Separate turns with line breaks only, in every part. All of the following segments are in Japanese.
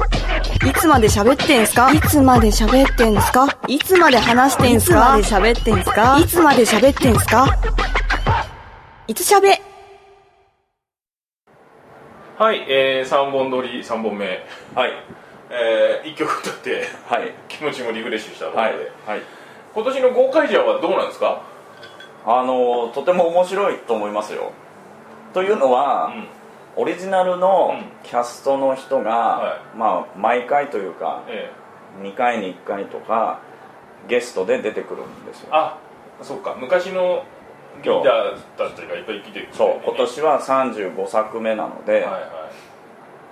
いつまで喋ってんすかいつまで喋ってんすかいつまで話してんすかいつまで喋ってんすかいつまで喋ってんすかいつ喋
はい、えー、3本撮り3本目、
はい
えー、1曲歌って
はい
気持ちもリフレッシュしたところ
はい
で、
はい
今年の豪快ジャーはどうなんですか
あのーとても面白いと思いますよというのは、オリジナルのキャストの人が、
は
まあ毎回というか
え
2回に1回とかゲストで出てくるんです
え
よ
あそっか昔のギターたちがいっぱい来てくれてね、
そう今年は35作目なので、
はいは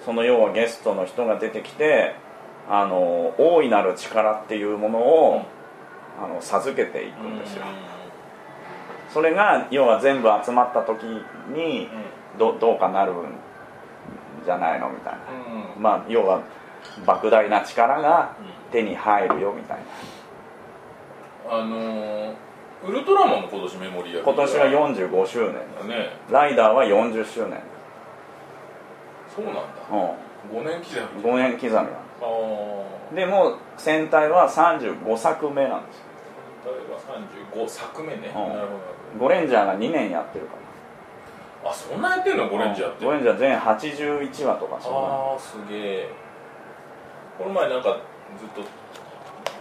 その要はゲストの人が出てきてあのー大いなる力っていうものを、あの授けていく
い
んですよ
うん
それが要は全部集まった時にどどうかなるんじゃないのみたいな
うんうん
まあ要は莫大な力が手に入るよみたいな
あのー、ウルトラマンも今年メモリアル
今年
は
は45周年
ね
ライダーは40周年、
そうなんだ
う
5年刻み
ん、5年刻みなんで
ああ
すでも戦隊は35作目なんですよ
例えば35作目ね、
うん
なるほ
ゴレンジャーが2年やってるか
ど
ら
あそんなやってんのゴレンジャーって
ゴレンジャー全81話とかそ
ああすげえこの前なんかずっと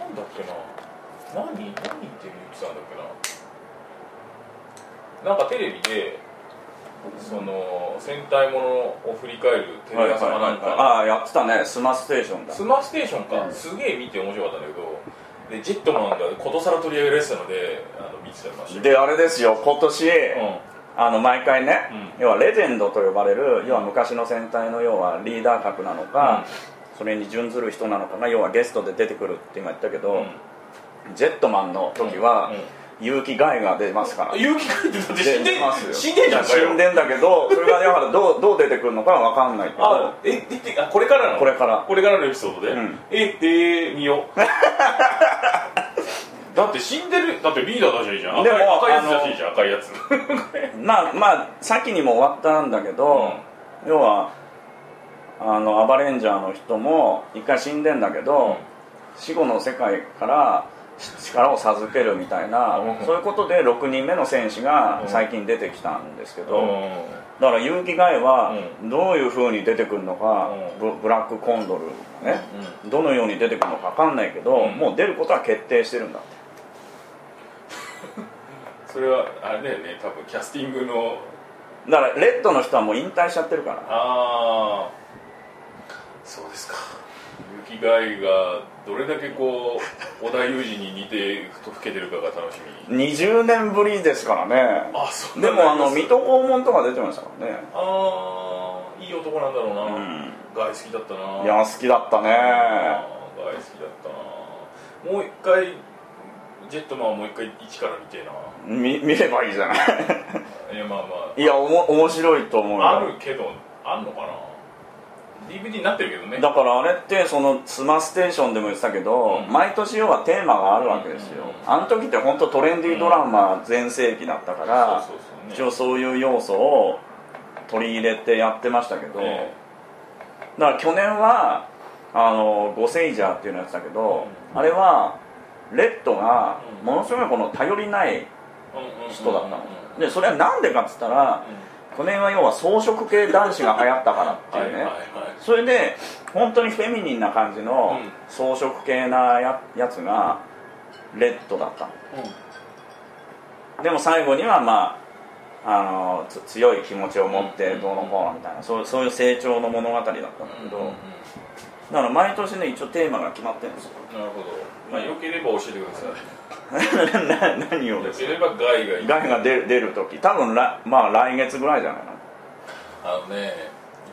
なんだっけな何何言って言ってたんだっけななんかテレビでその戦隊ものを振り返るテ
うな
レ
ん
ビ
です
朝かなんか
ああやってたねスマステーションだ
スマステーションか、
うん
すげえ見て面白かったんだけどでジェットマンがことさら取り上げられてたのであの見てましたよ
であれですよ今年、
うん
あの毎回ね、
う
要はレジェンドと呼ばれる要は昔の戦隊の要はリーダー格なのか、それに準ずる人なのかが要はゲストで出てくるって今言ったけど、ジェットマンの時は、
うんうん
結城ガイが出ますから、
勇気書いてだって死んで
出ますよ
死んでんじゃんかよ
死んでんだけどそれがだからどうどう出てくるのかは分かんないけど
あえ出てあこれからなの
これから
これからのエピソードで、
うん
ええー、見よう だって死んでるだってリーダーだしいいじゃん
でも
赤い赤いやつ
あの
だしいいじゃん赤いやつ
まあまあ先にも終わったんだけど、要はあのアバレンジャーの人も一回死んでんだけど、死後の世界から力を授けるみたいな、
うん
そういうことで6人目の戦士が最近出てきたんですけど、だから結城ガイはどういうふうに出てくるのか、ブブラックコンドルがね、どのように出てくるのか分かんないけど、
うん
もう出ることは決定してるんだって
それはあれだよね多分キャスティングの
だからレッドの人はもう引退しちゃってるから
ああそうですか雪貝がどれだけこう織田裕二に似て太老けてるかが楽しみ
20年ぶりですからね
あそんな
で
にな
もあ
りま
の
す
水戸黄門とか出てましたからね
あーいい男なんだろうな、
うん
ガイ好きだったない
や好きだったね
あーガイ好きだったなもう一回ジェットマンをもう一回一から見てえな
見見ればいいじゃない
いやまあま
いやおも面白いと思うよ
ああるけどあんのかな DVD になってるけどね
だからあれってその「スマステーション」でも言ってたけど、
うん
毎年要はテーマがあるわけですよ、
うんうん
あの時って本当トレンディードラマ全盛期だったから、
そうそう
一
そうね
応そういう要素を取り入れてやってましたけど、
え
だから去年はあの「ゴセイジャー」っていうのやってたけど、あれはレッドが
うん
ものすごいこの頼りない
うんうんうんうん
人だったの、
うん
でそれはなんでかっつったら去年は要は草食系男子が流行ったからって
はいいうは
ね、
いはい
それで本当にフェミニンな感じの
うん
装飾系なややつがレッドだったのでも最後にはまああのつ強い気持ちを持って
うん
どうのこうのみたいなそうそういう成長の物語だったんだけど、
うんうんうん
だから毎年ね一応テーマが決まってるんですよ
なるほどまあよければ教えてくださ
な何を
いよ
です
ければガイがいい
ガイが出る出る時多分らまあ来月ぐらいじゃないの
あのね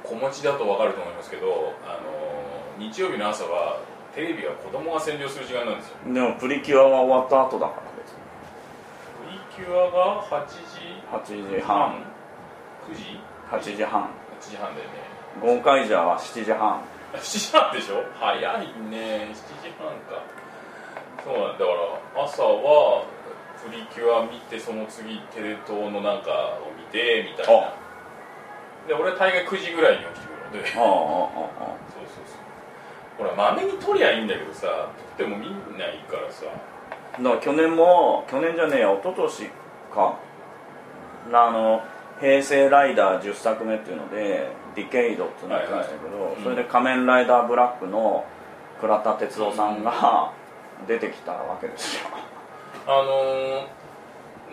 子持ちだと分かると思いますけどあの日曜日の朝はテレビは子供が占領する時間なんですよ
でもプリキュアは終わった後だから別に
プリキュアが8時
8時半
9時
8時半
8時半だよね
ゴンカイジャーは7時半
あ7時半でしょ早いね7時半かそうなんだだから朝はプリキュア見てその次テレ東のなんかを見てみたいな
あ
で俺大概9時ぐらいに起きてくるので
ああああああ
そうそうそうほらまめに取りゃいいんだけどさ取ってもみんないからさ
だから去年も去年じゃねえや一昨年かなあの「平成ライダー」10作目っていうので「ディケイド」ってなってましたけど、
はいはいうん
それで「仮面ライダーブラック」の倉田哲夫さんが出てきたわけですよ
あのー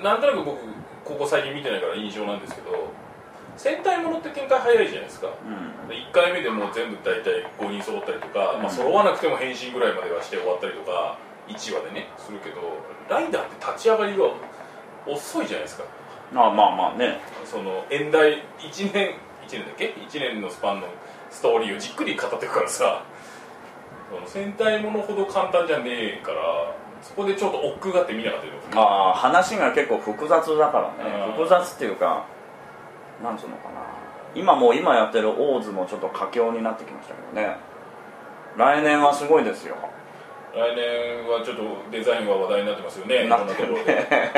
なんとなく僕ここ最近見てないから印象なんですけど戦隊ものって展開早いじゃないですか
うん
で1回目でもう全部大体5人揃ったりとか、
うん
まあ、揃わなくても変身ぐらいまではして終わったりとか1話でねするけどライダーって立ち上がりが遅いじゃないですか
あまあまあね
その演題1年1年だっけ1年のスパンのストーリーをじっくり語ってくからさその戦隊ものほど簡単じゃねえからそこでちょっと億劫があって見なかったよ
あー話が結構複雑だから
う
ね
ん
複雑っていうかなんつうのかな今もう今やってる「オーズ」もちょっと佳境になってきましたけどね来年はすごいですよ
来年はちょっとデザインは話題になってますよね
なって
い
る
ろんなところ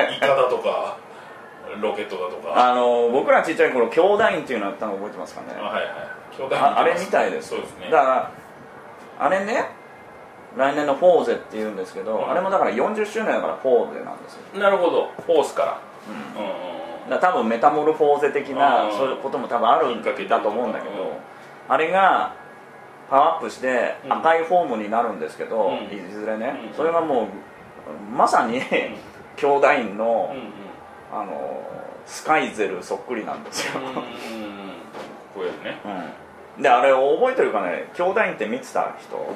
でイカだとかロケットだとか
あの僕らちっちゃい頃兄弟院っていうのやったの覚えてますかね
あはいはい兄弟
ああれみたいです
そうですね
だからあれね来年のフォーゼっていうんですけど、
うん
あれもだから40周年だからフォーゼなんですよ
なるほどホースからうんうんうん
だから多分メタモルフォーゼ的な
うん
そういうことも多分あるんだと思うんだけど、あれがパワーアップして
うん
赤いフォームになるんですけど、
うん
いずれね、
うん
それがもうまさに兄弟院の,、
うんうん
あのスカイゼルそっくりなんですよ、
うんうんうんこうやるね
うん、であれ覚えてるかね兄弟院って見てた人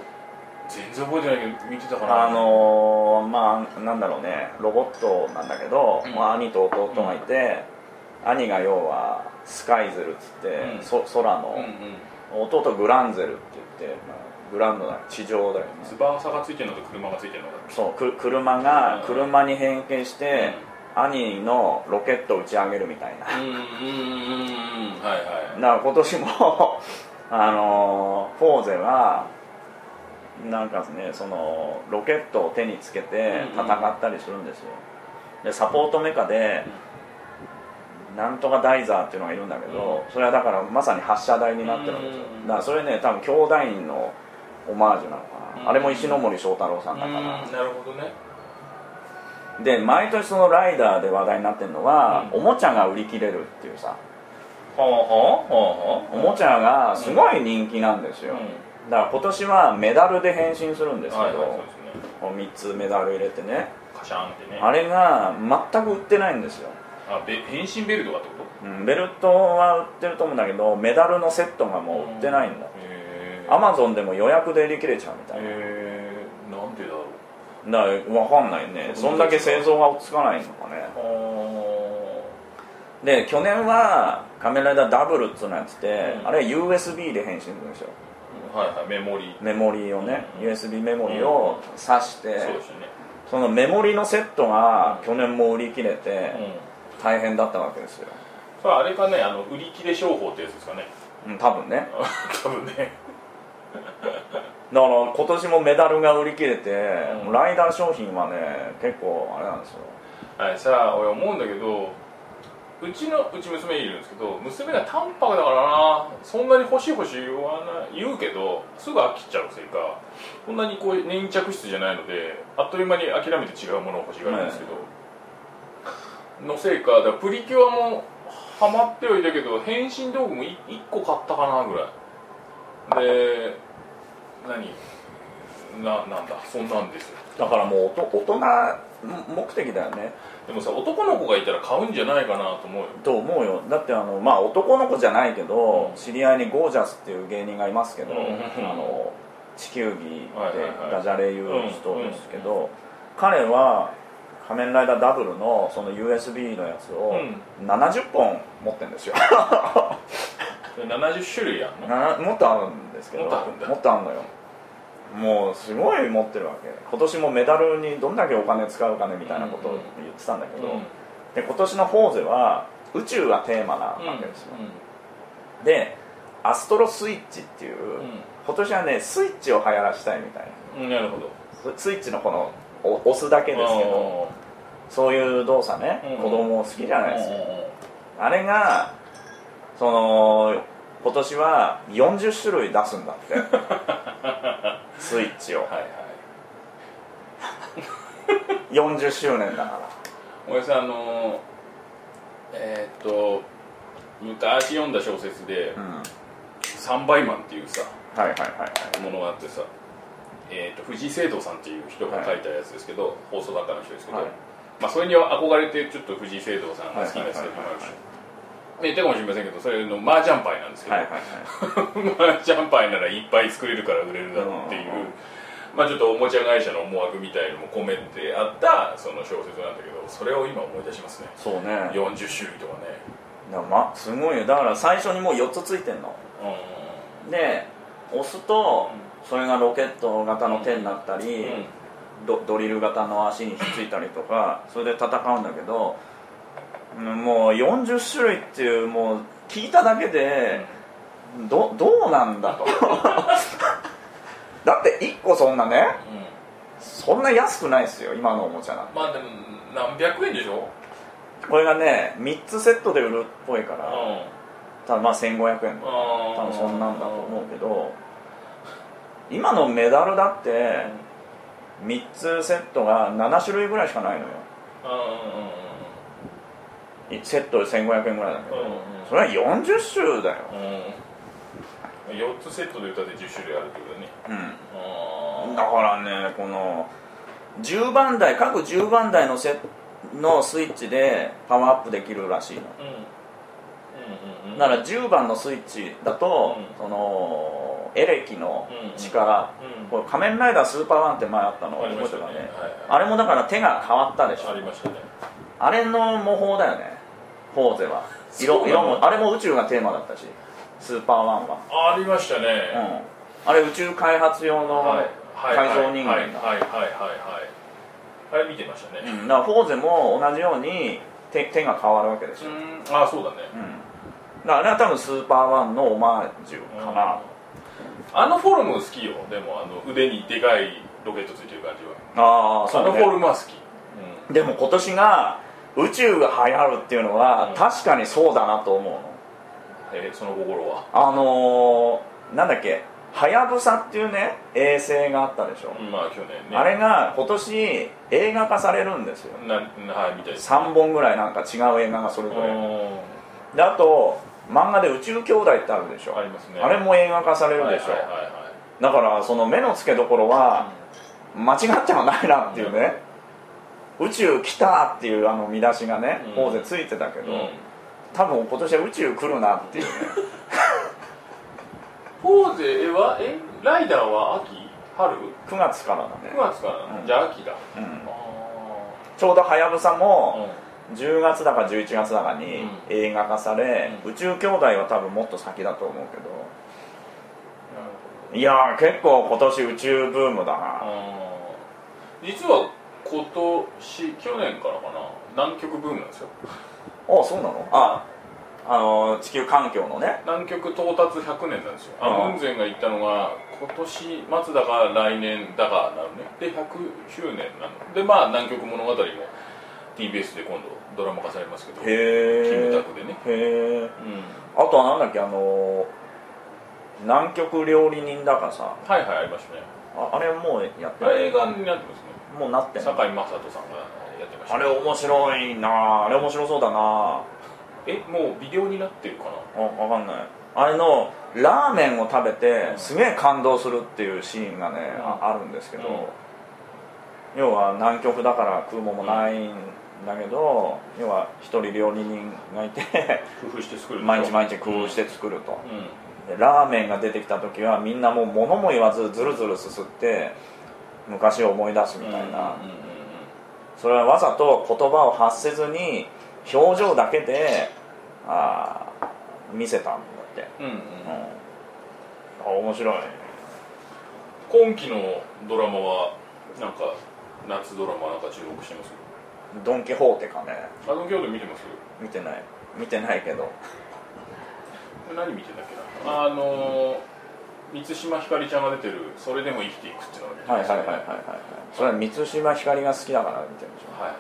全然覚えてないけど見てたかな
あのーまあなんだろうねロボットなんだけど、
うん
まあ、兄と弟がいて、兄が要はスカイゼルっつって、
うん
そ空
うんう
の、
ん
弟グランゼルって言って、まあグランドだ地上だよね
つばさがついてるのと車がついてるのだ
そうく車が、
うん
車に変形して、兄のロケットを打ち上げるみたいな、
うんうんうんうんはいは
だから今年も あのーフォーゼはなんかねそのロケットを手につけて
うんうん
戦ったりするんですよでサポートメカでなんとかダイザーっていうのがいるんだけど、それはだからまさに発射台になってるんですよ
うんうんうん
だからそれね多分兄弟院のオマージュなのかな、
うん
あれも石ノ森章太郎さんだから、
いうんなるほどね
で毎年そのライダーで話題になってるのは、
うん
おもちゃが売り切れるっていうさ
ほうほうほ
おもちゃがすごい人気なんですよ、だから今年はメダルで変身するんですけど、
はいはいそうですね
この3つメダル入れてね
カシャンってね
あれが全く売ってないんですよ、
あべ変身ベルトがってこと
うん、ベルトは売ってると思うんだけどメダルのセットがもう売ってないんだ
へー
アマゾンでも予約で売り切れちゃうみたいなだか
へーなんでだろう
ら分かんないねそんだけ製造が落ち着かないのかね
あー
で去年は「仮面ライダーダブル」っつうのやってて、
うん
あれ USB で変身するんですよ
はいはいメモリー
メモリーをね、
うん
USB メモリーを挿して、
そうですよね
そのメモリのセットが
うん
去年も売り切れて、
うん
大変だったわけですよ、
それあれかねあの売り切れ商法ってやつですかね
うん、多分ね
多分ね
だから今年もメダルが売り切れて、
うん
ライダー商品はね結構あれなんですよ
あれさ俺思うんだけどうちのうち娘いるんですけど娘が淡白だからなそんなに欲しい欲しい言わない言うけどすぐ飽きちゃうせいかそんなにこう粘着質じゃないのであっという間に諦めて違うものを欲しがるんですけど、のせいかだからプリキュアもハマってはいたけど変身道具も 1, 個買ったかなぐらいで何ななんだそんなんですよ
だからもうおと大人目的だよね
でもさ男の子がいたら買うんじゃないかなと思うよ
と思うよだってあのまあ男の子じゃないけど、
うん
知り合いにゴージャスっていう芸人がいますけど、
うん
あの地球儀で
はいはいはい
ダジャレ言う人ですけど、彼は「仮面ライダーダブルのその USB のやつを
う
70本持ってるんですよ、
70種類やんの
なもっとあるんですけど
もっとあるんだ
もっとあるのよもうすごい持ってるわけ今年もメダルにどんだけお金使うかねみたいなことを言ってたんだけど、で今年の「フォーゼ」は宇宙がテーマなわけですよ、でアストロスイッチっていう、
うん
今年はねスイッチを流行らしたいみたいな
うんなるほど
ススイッチのこのお押すだけですけどそういう動作ね、
うん
子供好きじゃないですか、
か
あれがその今年は40種類出すんだってスイッチを
はいはい
40周年だか
おやさんあのーえーっと昔読んだ小説で
ら、うん、はい
「三倍マン」っていうさ
はいはいはい
ものがあってさ、えー、と藤井聖堂さんっていう人が書いたやつですけど、放送作家の人ですけど、
はい
まあ、それに憧れてちょっと藤井聖堂さんが好きなやつがい
はいはいはい
ま見えてるかもしれませんけどそれの麻雀牌なんですけど、
はいはいは
麻
い
雀牌ならいっぱい作れるから売れるだろうっていう、
うん
まあ、ちょっとおもちゃ会社の思惑みたいのも込めてあったその小説なんだけどそれを今思い出しますね
そうね
40種類とかね
でもまあすごいよだから最初にもう4つついてんので押すとそれがロケット型の手になった
うん
り、
うん
ドドリル型の足にひっついたりとかそれで戦うんだけどうんもう40種類っていうもう聞いただけでどどうなんだと だって1個そんなね
うん
そんな安くないですよ今のおもちゃなんて
まあでも何百円でしょ、
これがね3つセットで売るっぽいから
うん
ただまあ1500円多
多
分そんなんだと思うけど今のメダルだって3つセットが7種類ぐらいしかないのよ
う
いセットで1500円ぐらいだけど、
うんうん
それは40種だよ、
んうんうんうん4つセットで歌って10種類あるってことね
うん、
あ
だからねこの10番台各10番台のセのスイッチでパワーアップできるらしいの
ーうんうんうんうん
なら10番のスイッチだと、
うん
そのエレキの力、
うん
これ仮面ライダースーパーワンって前あったの
あり
覚
ま
え
してたね
たね
はい
あれもだから手が変わったでしょ
ありましたね
あれの模倣だよねポーゼは
そ
色
うなの
色もあれも宇宙がテーマだったしスーパーワンは、
ありましたね
うん、あれ宇宙開発用の
はい
改造人間だ、
はいはいはいはいはいあれ見てました
う
ね
ん、だからフォーゼも同じように手手が変わるわけです
う
よ、うん
んあそうだね
だからあれは多分スーパーワンのオマージュかな、
あのフォルム好きよでもあの腕にでかいロケットついてる感じは
ああ
あ
そう
のフォル
ね
ムは好き
でも今年が宇宙が流行るっていうのは
うん
確かにそうだなと思うの
えーその心は
あのー、なんだっけはやぶさっていうね衛星があったでしょ、
うんまあ去年ね
あれが今年映画化されるんですよ
なはいみたいです
3本ぐらいなんか違う映画がそれ
う
ぞれ
ん
であと漫画で「宇宙兄弟」ってあるでしょ
ありますね
あれも映画化される
はいはい
でしょ、
は
だからその目の付けどころは間違ってはないなっていうね、宇宙来たっていうあの見出しがね
うん
大勢ついてたけ
いはい
ど、
うん
多分今年は宇宙来るなっていうね
ポーゼはえライダーは秋春
9月からだ
9
ね、
月か
う
なんじゃあ秋だあ
うん、
あ
ちょうど「はやぶさ」も、
うん
10月だか11月だかに
うん
映画化され、
うん
宇宙兄弟は多分もっと先だと思うけど
なる
いやー結構今年宇宙ブームだ
ほ
な、
どうん実は今年去年からかな南極ブームなんですよ
あそうなのああのー地球環境のね
南極到達100年なんですよ
ああ
アムンゼンが言ったのが今年末だか来年だかなのねで100周年なのでまあ南極物語も TBS で今度ドラマ化されますけどキム
へ
タ
え
クでね
へえ
うん
あとはなんだっけあのー南極料理人だかさ
はいはいありましたね
ああれもうやって
あ
る
れ映画になってますね
もうなってんの
堺雅人さんがやってました
あれ面白いなああれ面白そうだなあ
えもうビデオになってるかな
あわかんないあれのラーメンを食べてすげえ感動するっていうシーンがね、ああるんですけど、
うん
要は南極だから食うもんもないんだけど、要は一人料理人がいて
工夫して作るんでしょ
毎日毎日工夫して作ると
う、ん
でラーメンが出てきた時はみんなもう物も言わずズルズルすすって昔を思い出すみたいな、
うんうんうんうん
それはわざと言葉を発せずに表情だけであー見せたんだって
うんうん
うん、あ面白い
今期のドラマはなんか夏ドラマなんか注目してます
ドン・キホーテかね
あの京都見てます
見てない見てないけど
何見てたっけなあのー満島ひかりちゃんが出てる「それでも生きていく」っていうのを見て
はい
ま
はい
したね
はいはいはいはいそれは満島ひかりが好きだから見てるでし
は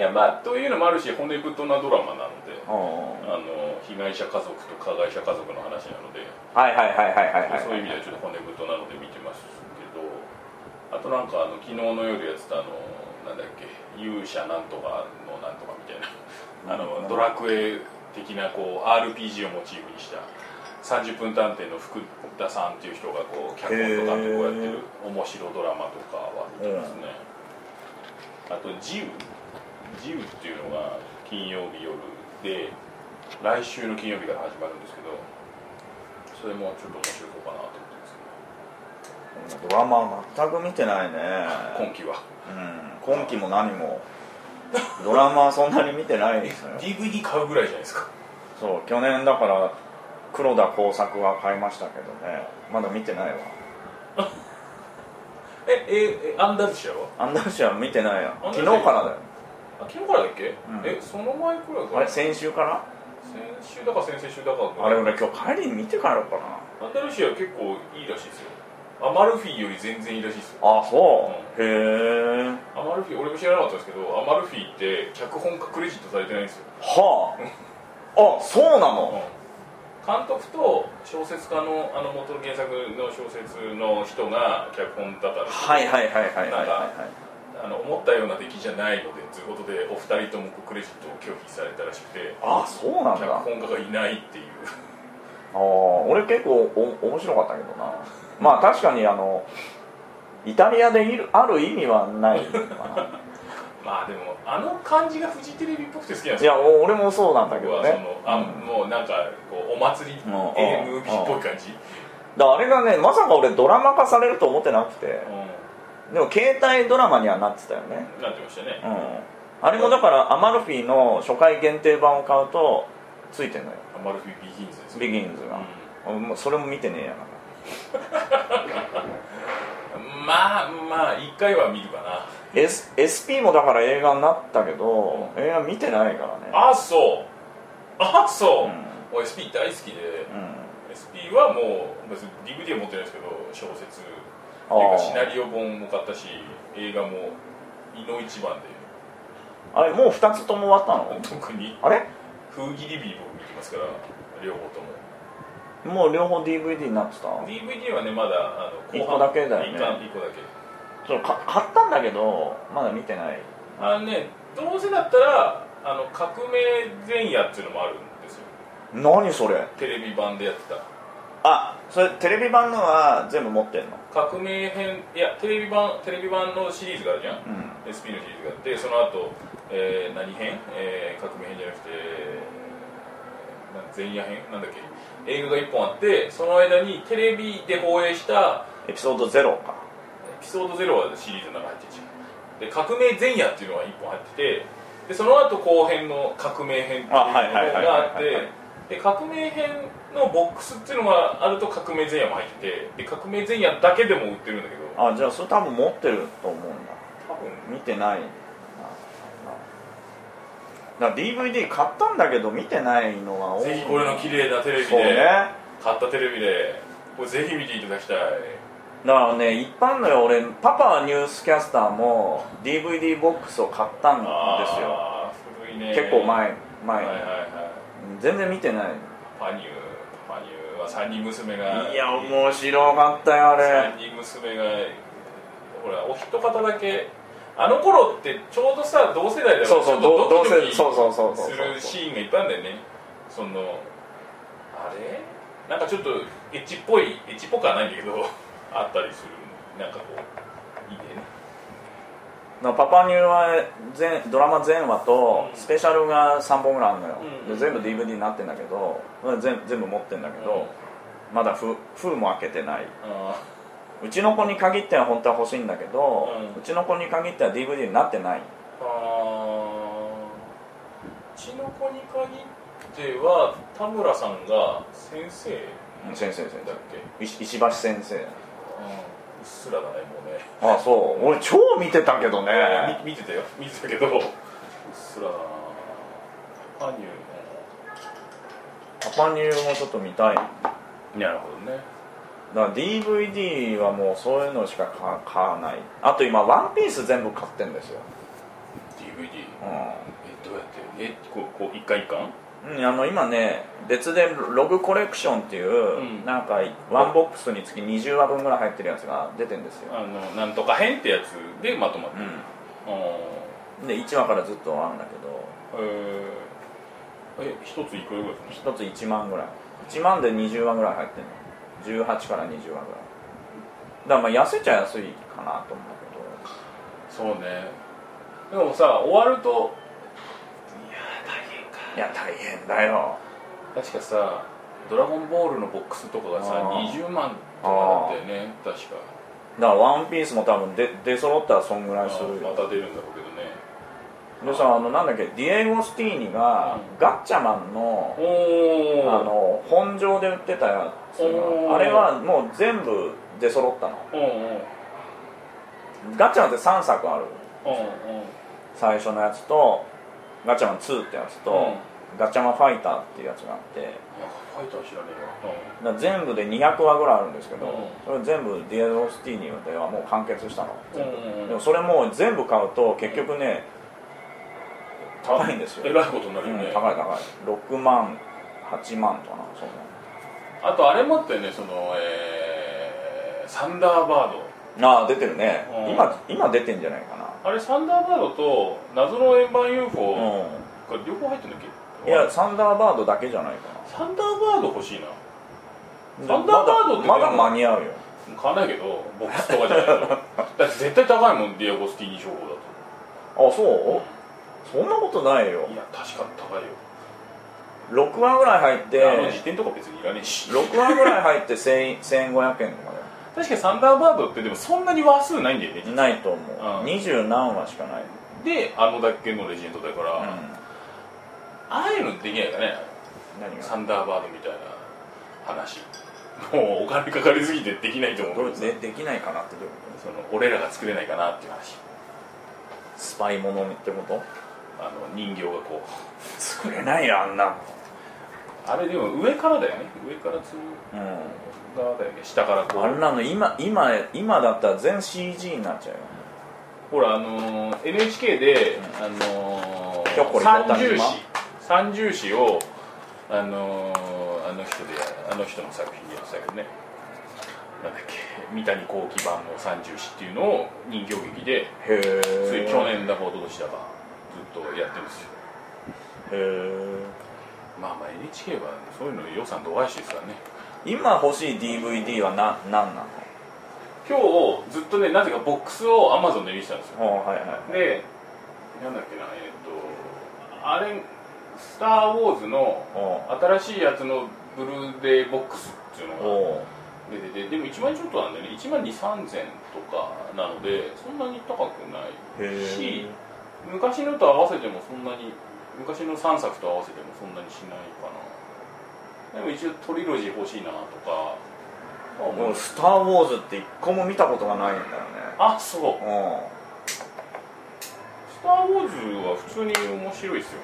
いいやまあというのもあるし骨太なドラマなので
ょ
あの被害者家族と加害者家族の話なので、
はいはいはいはいはい
そ
は
う
いいう
意味ではちょっと骨太なので見てますけどあとなんかあの昨日の夜やってたあのなんだっけ勇者なんとかのなんとかみたいなあのドラクエ的なこう RPG をモチーフにした30分探偵の福田さんっていう人がこう脚本とかってこうやってる面白ドラマとかは見てますね、あと「ジウ」「ジウ」っていうのが金曜日夜で来週の金曜日から始まるんですけどそれもちょっと面白そうかなと思ってます
ドラマ全く見てないね
けど今期は
うん今期も何もドラマそんなに見てないんですよ
DVD 買うぐらいじゃないですか
そう去年だから黒田耕作は買いましたけどねまだ見てないわ
えええアンダーシアは
アンダーシア見てないや
アンダー
昨
シ
日
ア
からだよ
あ昨日からだっけ、
ん
えその前くらいから
あれ先週から
先週だか先々週だか
あれ俺今日帰りに見て帰ろうかな
アンダルシア結構いいらしいですよアマルフィより全然いいらしいですよ
あそう、へえ
アマルフィ俺も知らなかったんですけどアマルフィって脚本家クレジットされてないんですよ、
はああそうなの
監督と小説家のあの元の原作の小説の人が脚本だったんですけど
はいはいはいはいはいはいはい
あの思ったような出来じゃないのでということでお二人ともクレジットを拒否されたらしくて
あそうなん
脚
だ
本家がいない っていう
あー俺結構お面白かったけどなまあ確かにあのイタリアでいるある意味はないの か
まあでもあの感じがフジテレビっぽくて好きなんで
な
す
いや
よ
お俺もそうなんだけ
僕
ど
は
ね
そのあ、もうなんかこうお祭り AMV
んうん
っぽい感じ、
だからあれがねまさか俺ドラマ化されると思ってなくて
う
でも携帯ドラマにはなってたよね
ん、なってましたね、
うんあれもだからアマルフィの初回限定版を買うとついてんのよ
アマルフィビギンズですよ
ビギンズが、もうそれも見てねえやな
うんまあまあ一回は見るかな
S SP もだから映画になったけど、映画見てないからね
あそうあそうう、俺 SP 大好きで、
うん
SP はもう別に DVD は持ってないですけど小説って
あー
いうかシナリオ本も買ったし映画も井の一番で
あれもう2つとも終わったの
特に
あれ
風切り日僕見てますから両方とも
もう両方 DVD になってた
DVD はねまだあの
一個だけだよね
一巻一個だけ
そうか買ったんだけどまだ見てない
あのねどうせだったらあの革命前夜っていうのもあるんですよ
何それ
テレビ版でやってた
あそれテレビ版のは全部持ってんの
革命編いやテレビ版テレビ版のシリーズがあるじゃん、
うん
SP のシリーズがあってその後、えー何編、えー革命編じゃなくてな前夜編なんだっけ映画が1本あってその間にテレビで放映した
エピソード0か
エピソード0はシリーズの中に入ってるじゃんで革命前夜っていうのが1本入っててでその後後編の革命編っていうのが
あはいはいはいはい
あっ
はいはい
てで革命編のボックスっていうのがあると革命前夜も入っててで革命前夜だけでも売ってるんだけど
あじゃあそれ多分持ってると思うんだ
多分
見てないなだから DVD 買ったんだけど見てないのが多い
ぜひこれの綺麗なテレビ
そうね
で買ったテレビでこれぜひ見ていただきたい
だからね一般のよ俺パパはニュースキャスターも DVD ボックスを買ったんですよ
あー古いね
結構前
はい
前、
はいはい
全然見てない
パニューパニューは3人娘が
いや面白かったよあ
3
れ
人娘がほらお一方だけあの頃ってちょうどさ同世代だから
そうそう
ちょっとドキド
同
キ
世そうそうそうそう
するシーンがいっぱいあるんだよねそのあれなんかちょっとエッチっぽいエッチっぽくはないんだけど あったりするなんかこういいね
なパパニューは全ドラマ全話と
うん
スペシャルが3本ぐらいあるのよ、
うん
で全部 DVD になってんだけど全全部持ってんだけど、まだ封封も開けてない
あ
うちの子に限っては本当は欲しいんだけど、う
うん
ちの子に限っては DVD になってない
ーあーうちの子に限っては田村さんが先生
先生先
だっけ、うん、う
生石石橋先生
っすらだねもうね
あそう俺超見てたけどね
み見てたよ見てたけどうっすらだなパニュ
パパニューもちょっと見たいだか
ーなるほどね
ら DVD はもうそういうのしかか買わないあと今「ワンピース全部買ってんですよ、
DVD
うん
えどうやってえこうこう一巻一巻
うん、あの今ね別でログコレクションっていう、
うん
なんかワンボックスにつき20話分ぐらい入ってるやつが出てんですよ、
あのなんとか編ってやつでまとまってる、
う
あ
ん、で1話からずっとあるんだけ
ーえーえ一ついくらぐらいですか
ど1つ1万ぐらい1万で20話ぐらい入ってるの18から20話ぐらいだからまあ安いっちゃ安いかなと思うけ
そうねでもさ終わるといやー大変か
どいや大変だよ
確かさ「ドラゴンボール」のボックスとかがさ
あー
20万とかだったよね確か
だから「ワンピースも多分出出揃ったらそんぐらいする
ま
よ
た出るんだろうけどね
でさあのなんだっけディエゴ・スティーニが
う
ガッチャマンの
おお
あの本場で売ってたやつ
おー
があれはもう全部出揃ったの
うんうん
ガッチャマンって3作ある
うんうん
最初のやつとガッチャマン2ってやつと、
う
ガッチャマンファイターっていうやつがあってだ
いやファイター知らねえよ
から全部で200話ぐらいあるんですけど、
うん
それ全部ディエゴ・スティーニではもう完結したの、
うん
でもそれもう全部買うと結局ね、高いんですよ
えらいことになる
う
よね、
ん、高い高い6万8万かなそん
あとあれ持ってねそのえー、サンダーバード
なああ出てるね、
うん
今今出てんじゃないかな
あれサンダーバードと謎の円盤 UFO、こ
う
れ両方入ってんだっ
ん
け
いやサンダーバードだけじゃないか
サンダーバード欲しいな
な
サンダーバードって
まだまだ間に合うよ
買わないけどボックスとか じゃないとだって絶対高いもんディアゴスティーニ商法だ
あそうそんなことないよ
といや確かに高いよ
6話ぐらい入っ
であの
て
辞典とか別にいらねえし
6話ぐらい入って1000 1500円とか
確かにサンダーバードってでもそんなに話数ないんだよね
でないと思
う
うん二十、何話しかない、
であのだけのレジェンドだから、
うん
ああいうのできないかね
何
サ
が
ンダーバードみたいな話もうお金かかりすぎてできないと思
ど
う
れ
けど
でできないかなってどういうこ
その俺らが作れないかなっていう話
とスパイものってこと
あの人形がこ
作れないよあんな
うあれでも上からだよね上からつる
うん
側だよね下からこ
あれ
う
なの今今今だったら全 CG になっちゃうよ
ほらあのー NHK で、あの
ひょっ
ー、
こりひょっこ
三
り
重
島
詩三重詩をあのーあの人であの人の作品でやってたけどねなんだっけ三谷幸喜版の三重詩っていうのを人形劇で
へえ
つい去年だか一昨年だかずっとやってるんですよ
へえ
まあまあ NHK はそういうの予算度外視ですからね
今欲しい DVD はな何なの
今日ずっとねなぜかボックスを Amazon で見てたんですよ
あはいは
でなんだっけなえっ、とあれ「スター・ウォーズ」の
お
新しいやつのブルーレイボックスっていうの
お
が
お
出ててでも1万円ちょっとなんだよね1万2 3千とかなのでそんなに高くないし
へ
昔のと合わせてもそんなに昔の3作と合わせてもそんなにしないかなでも一応トリロジー欲しいなとかあ
もう「スター・ウォーズ」って一個も見たことがないんだよね
あそう
うん
スター・ウォーズは普通に面白いですよ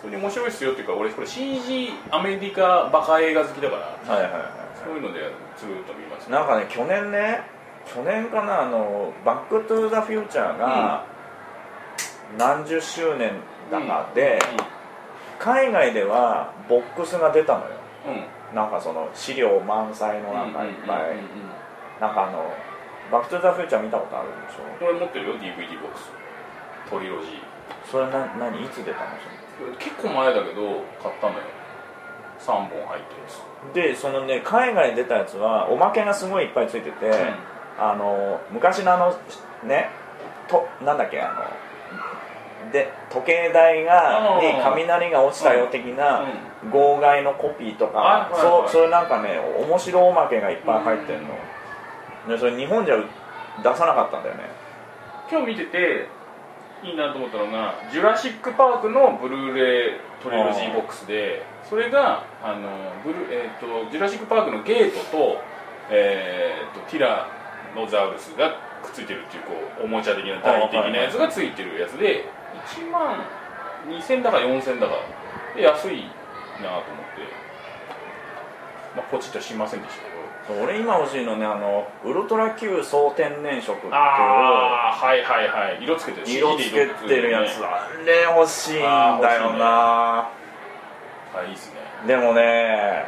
普通に面白いですよっていうか俺これ CG アメリカバカ映画好きだから
はいはいは
そういうのでずーっと見ます
いなんかね去年ね去年かなあの「バック・トゥ・ザ・フューチャー」が何十周年だかで、海外ではボックスが出たのよ
うんうん
なんかその資料満載のなんかいっぱいなんかあの「バック・トゥ・ザ・フューチャー」見たことあるでしょ
これ持ってるよ DVD ボックストリロジー
それな何いつ出たのそ
これ結構前だけど買ったのよ3本入ってるやつ
のでそのね海外で出たやつはおまけがすごいいっぱいついてて、あの昔のあのねとなんだっけあので時計台が
うん
に雷が落ちたよ的な号外のコピーとか、
はいはい
そ
は
う
い
そういうなんかね面白おまけがいっぱい入ってるの、でそれ日本じゃ出さなかったんだよね
今日見てていいなと思ったのが「ジュラシック・パーク」のブルーレイトリロジーボックスでそれがあのブル、えー、とジュラシック・パークのゲートと,、えー、とティラノザウルスがくっついてるっていうこうおもちゃ的な台的なやつがついてるやつで1万2000だか4000だかで安いなと思って、まあ、ポチッとしませんでしたけど
俺今欲しいのねあのウルトラ Q 総天然色っていう
ああはいはいはい色つけてる
色つけてるやつ、あれ欲しいんだよな
あいいっすね
でもね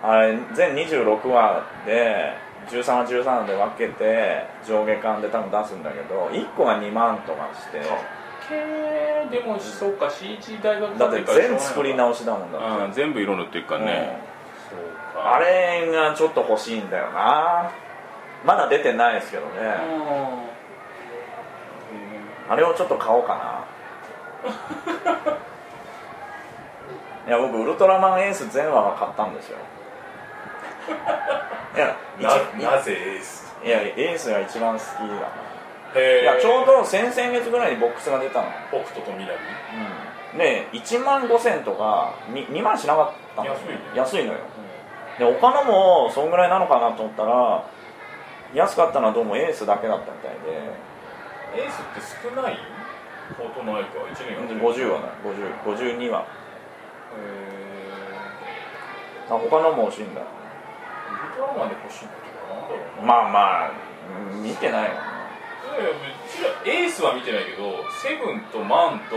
あれ全26話で13は13で分けて上下巻で多分出すんだけど1個が2万とかして
へーでもそうか CG 大学
だって全作り直しだもんだって、
うん全部色塗っていくからね、そうか
あれがちょっと欲しいんだよなまだ出てないですけどね、あれをちょっと買おうかないや僕ウルトラマンエース全話は買ったんですよいや一
ななぜエース
いやエースが一番好きだ
へ
な、いやちょう
ど
ど先々月ぐらいにボックスが出たの、
北斗と南
うん、で1万5000とか 2, 2万しなかったの
安いね
安いのよで他のもそんぐらいなのかなと思ったら安かったのはどうもエースだけだったみたい
エースって少ないフォートナイトは1年やってる
でで50話だ50 52話
へ
あ他のも欲しいんだ
ーウルトラマンで欲しいことは何だろうな
まあまあうん見てないよね
いやいや別にエースは見てないけどセブンとマンと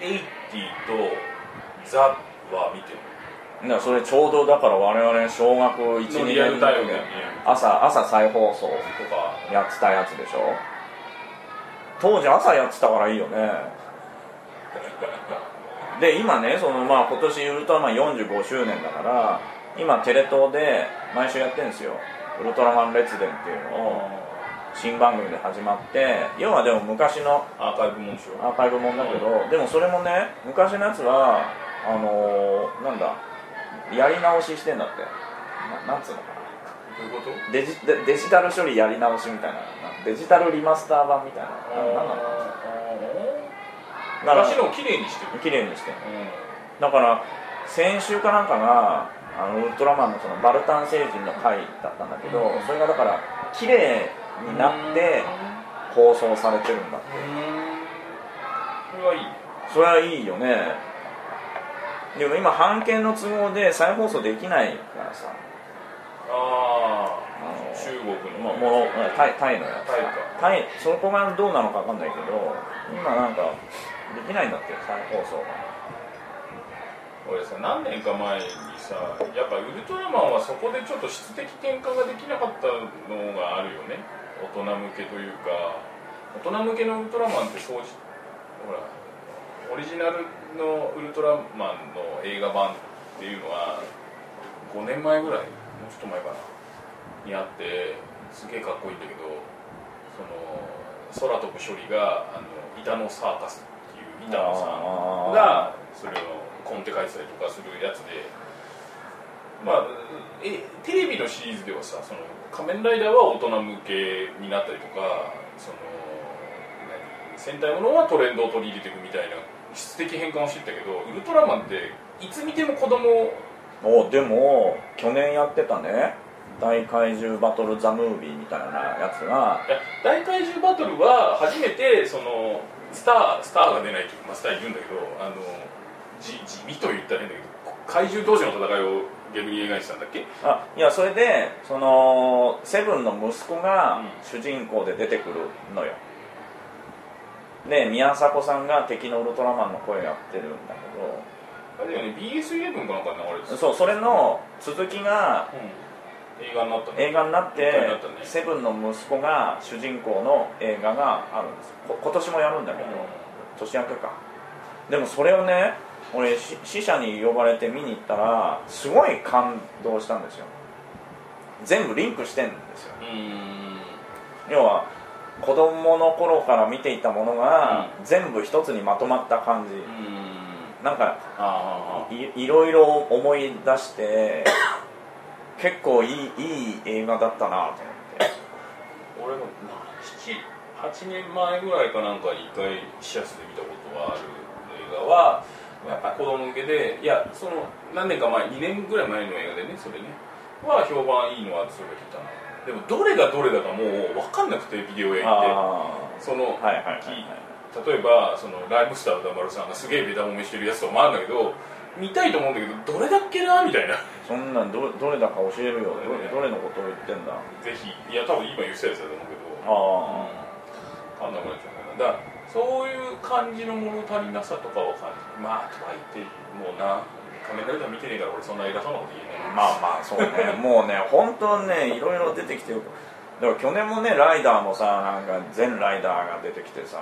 エイティとザは見てる
だからそれちょうどだから我々小学12
の
年
リアルタイム
の時
で見
に
る
朝朝再放送
とか
やってたやつでしょ当時朝やってたからいいよね で今ねそのまあ今年ウルトラマン45周年だから今テレ東で毎週やってるんですよ「ウルトラマン列伝」っていうのを新番組で始まって要はでも昔の
アーカイブもんでしょ
アーカイブもんだけどでもそれもね昔のやつはあのーなんだやり直ししてんだってななんつうのかな
どういうこと
デジデデジタル処理やり直しみたいなデジタルリマスター版みたいなななんなのだから
昔のをきれいにしてる
綺麗にしてる
う
だから先週かなんかがあのウルトラマンのそのバルタン星人の回だったんだけど、それがだから綺麗になって放送されてるんだって
これはいいね
それはいいよねでも今版権の都合で再放送できないからさ
あ
あ
あ
の
中国
も
の
うもうタイタイのやつ
タイか
タイそこがどうなのか分かんないけど今なんかできないんだって再放送が
俺さ何年か前にさやっぱウルトラマンはそこでちょっと質的転換ができなかったのがあるよね大人向けというか大人向けのウルトラマンってそうじほらオリジナルのウルトラマンの映画版っていうのは5年前ぐらいもうちょっと前かなにあってすげえかっこいいんだけどその空飛ぶ処理があの板野サーカスっていう板野さんがそれをコンテ開催とかするやつでまあえテレビのシリーズではさ「その仮面ライダー」は大人向けになったりとかその何戦隊ものはトレンドを取り入れていくみたいな質的変換をしてったけどウルトラマンっていつ見ても子供
おでも去年やってたね大怪獣バトルザムービーみたいなやつが
いや大怪獣バトルは初めてそのスタースターが出ないというか、まあ、スターいるんだけどあのじ地味と言ったら変だけど怪獣同士の戦いを逆に描いてたんだっけ
あいやそれでそのセブンの息子が
うん
主人公で出てくるのよ、で宮迫さんが敵のウルトラマンの声やってるんだけ
あれだよね BS11 かなんかに流れて
ど
た
そうそれの続きが
うん映画になったね
映画になって
映画になったね
セブンの息子が主人公の映画があるんですこ今年もやるんだけど、年明けかでもそれをね俺し死者に呼ばれて見に行ったらすごい感動したんですよ全部リンクしてんですよ
うーん
要は子供の頃から見ていたものが全部一つにまとまった感じ、
うーん
なんか
あああ
いいろいろ思い出して 結構いいいい映画だったなと思って
あ俺も78年前ぐらいかなんかに一回シアスで見たことがある映画はやっぱ子供向けでいやその何年か前2年ぐらい前の映画でねそれねは評判いいのはそれ聞いたなでもどれがどれだかもう分かんなくてビデオ屋行って
あ
その、
あはいはいはい、
き
はい
例えばそのライムスター歌丸さんがすげえベタ褒めしてるやつとかもあるんだけど見たいと思うんだけどどれだっけなみたいな
そんなんどどれだか教えるよどどれのことを言ってんだあ
ぜひいや多分今言ってたやつだと思うけど
あ
あんなくなっちゃうからだからそういう感じの物足りなさとかを感じまあとはいってもうな仮面ライダー見てねえから俺そんな偉そうなこと言えねえ
まあまあそうねもうね本当ねいろいろ出てきてるだから去年もねライダーもさなんか全ライダーが出てきてさ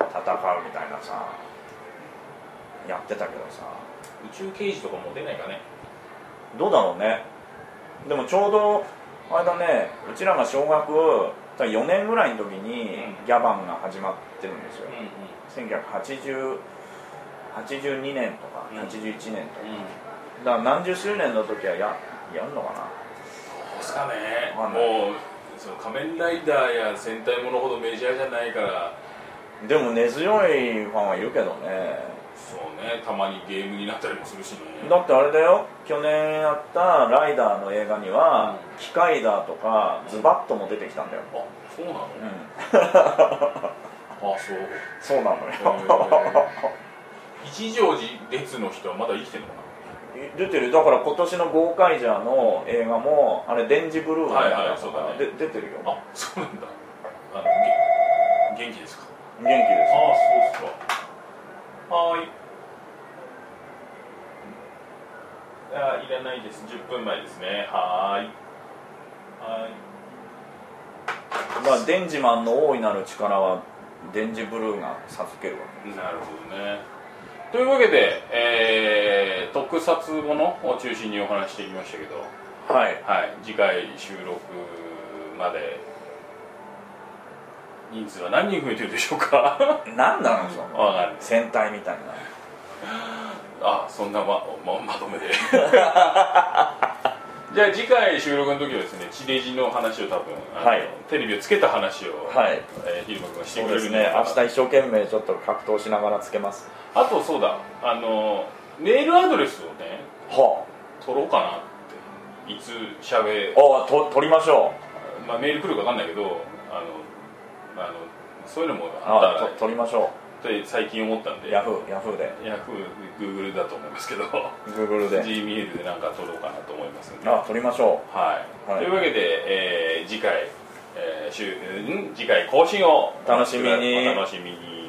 た戦うみたいなさやってたけどさ
宇宙刑事とかも出ないかね
どうだろうねでもちょうどあれだねうちらが小学4年ぐらいの時に
うん
ギャバンが始まってるんですよ、
うん
1980 82年とか
うん
81年とか、
うんうん
だから何十周年の時はややるのかな
そうっすかね
わかんない
もうその仮面ライダーや戦隊ものほどメジャーじゃないから
でも根強いファンはいるけどね
そうねたまにゲームになったりもするしね
だってあれだよ去年やった「ライダー」の映画には
う
「キカイダー」とか「ズバッとも出てきたんだよ、
あそうなの、
うん、
あそう
そうなの よ、
へ一乗寺列の人はまだ生きてるのか
出てるだから今年の「ゴーカイジャー」の映画もあれ「デンジブルー」の
はい
映
はい
画
そ
と
うだ
か
ね
で出てるよ
な
元
あそうなんだあのげ元気ですか
気で
あ
す
あそうっすかはーいあいらないです10分前ですねはーいはーい
まあデンジマンの大いなる力はデンジブルーが授けるわ
なるほどねというわけで、えー特撮ものを中心にお話してきましたけど、
けはい
はい、次回収録まで人数は何人増えてるでしょうか
何なのそ
あ
の
わかんない
戦隊みたい
あそんなまままとめ でじゃあ次回収録の時はですね地デジの話を多分、あの
はい
テレビをつけた話を、
なはい
えー、昼間君がして
そう
くれ
で
る
す
んじゃな
ね
いか
明
な
日一生懸命ちょっと格闘しながらつけます
あとそうだあのメールアドレスをね
は
取ろうかなっていつしゃべ
あ、ああと取りましょ
まあ、メール来るか分かんないけどあの、まあ、あのそういうのも
う
あった
ああと取りましょ
って最近思ったん
う
で
ヤフーヤフーで
ヤフーグーグルだと思いますけど
グーグルで
Gmail でなんか取ろうかなと思いますんで、
あ
は
あ取りましょ
い
はい
というわけで、えー次回、えー週ん次回更新を
楽しみに
お楽しみに